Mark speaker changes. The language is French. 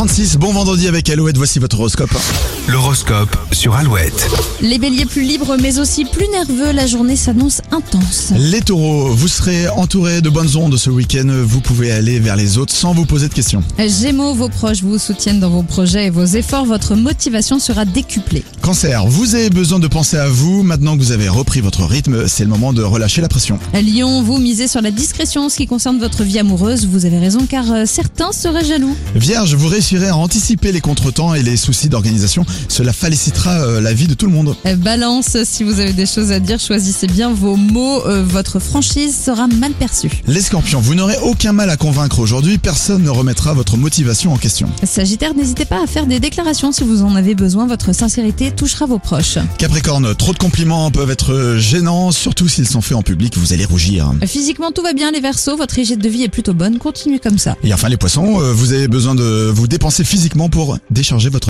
Speaker 1: 8h36, bon vendredi avec Alouette, voici votre horoscope.
Speaker 2: L'horoscope sur Alouette.
Speaker 3: Les béliers plus libres mais aussi plus nerveux, la journée s'annonce intense.
Speaker 1: Les taureaux, vous serez entourés de bonnes ondes ce week-end, vous pouvez aller vers les autres sans vous poser de questions.
Speaker 3: Gémeaux, vos proches vous soutiennent dans vos projets et vos efforts, votre motivation sera décuplée.
Speaker 1: Cancer, vous avez besoin de penser à vous, maintenant que vous avez repris votre rythme, c'est le moment de relâcher la pression.
Speaker 3: Lion, vous misez sur la discrétion en ce qui concerne votre vie amoureuse, vous avez raison car euh, certains seraient jaloux.
Speaker 1: Vierge, vous réussirez à anticiper les contretemps et les soucis d'organisation, cela félicitera euh, la vie de tout le monde.
Speaker 3: Euh, Balance, si vous avez des choses à dire, choisissez bien vos mots, euh, votre franchise sera mal perçue.
Speaker 1: Les scorpions, vous n'aurez aucun mal à convaincre aujourd'hui, personne ne remettra votre motivation en question.
Speaker 3: Sagittaire, n'hésitez pas à faire des déclarations si vous en avez besoin, votre sincérité touchera vos proches.
Speaker 1: Capricorne, trop de compliments peuvent être gênants, surtout s'ils sont faits en public, vous allez rougir.
Speaker 3: Physiquement, tout va bien les Verseaux, votre hygiène de vie est plutôt bonne, continuez comme ça.
Speaker 1: Et enfin les poissons, euh, vous avez besoin de vous dépenser physiquement pour décharger votre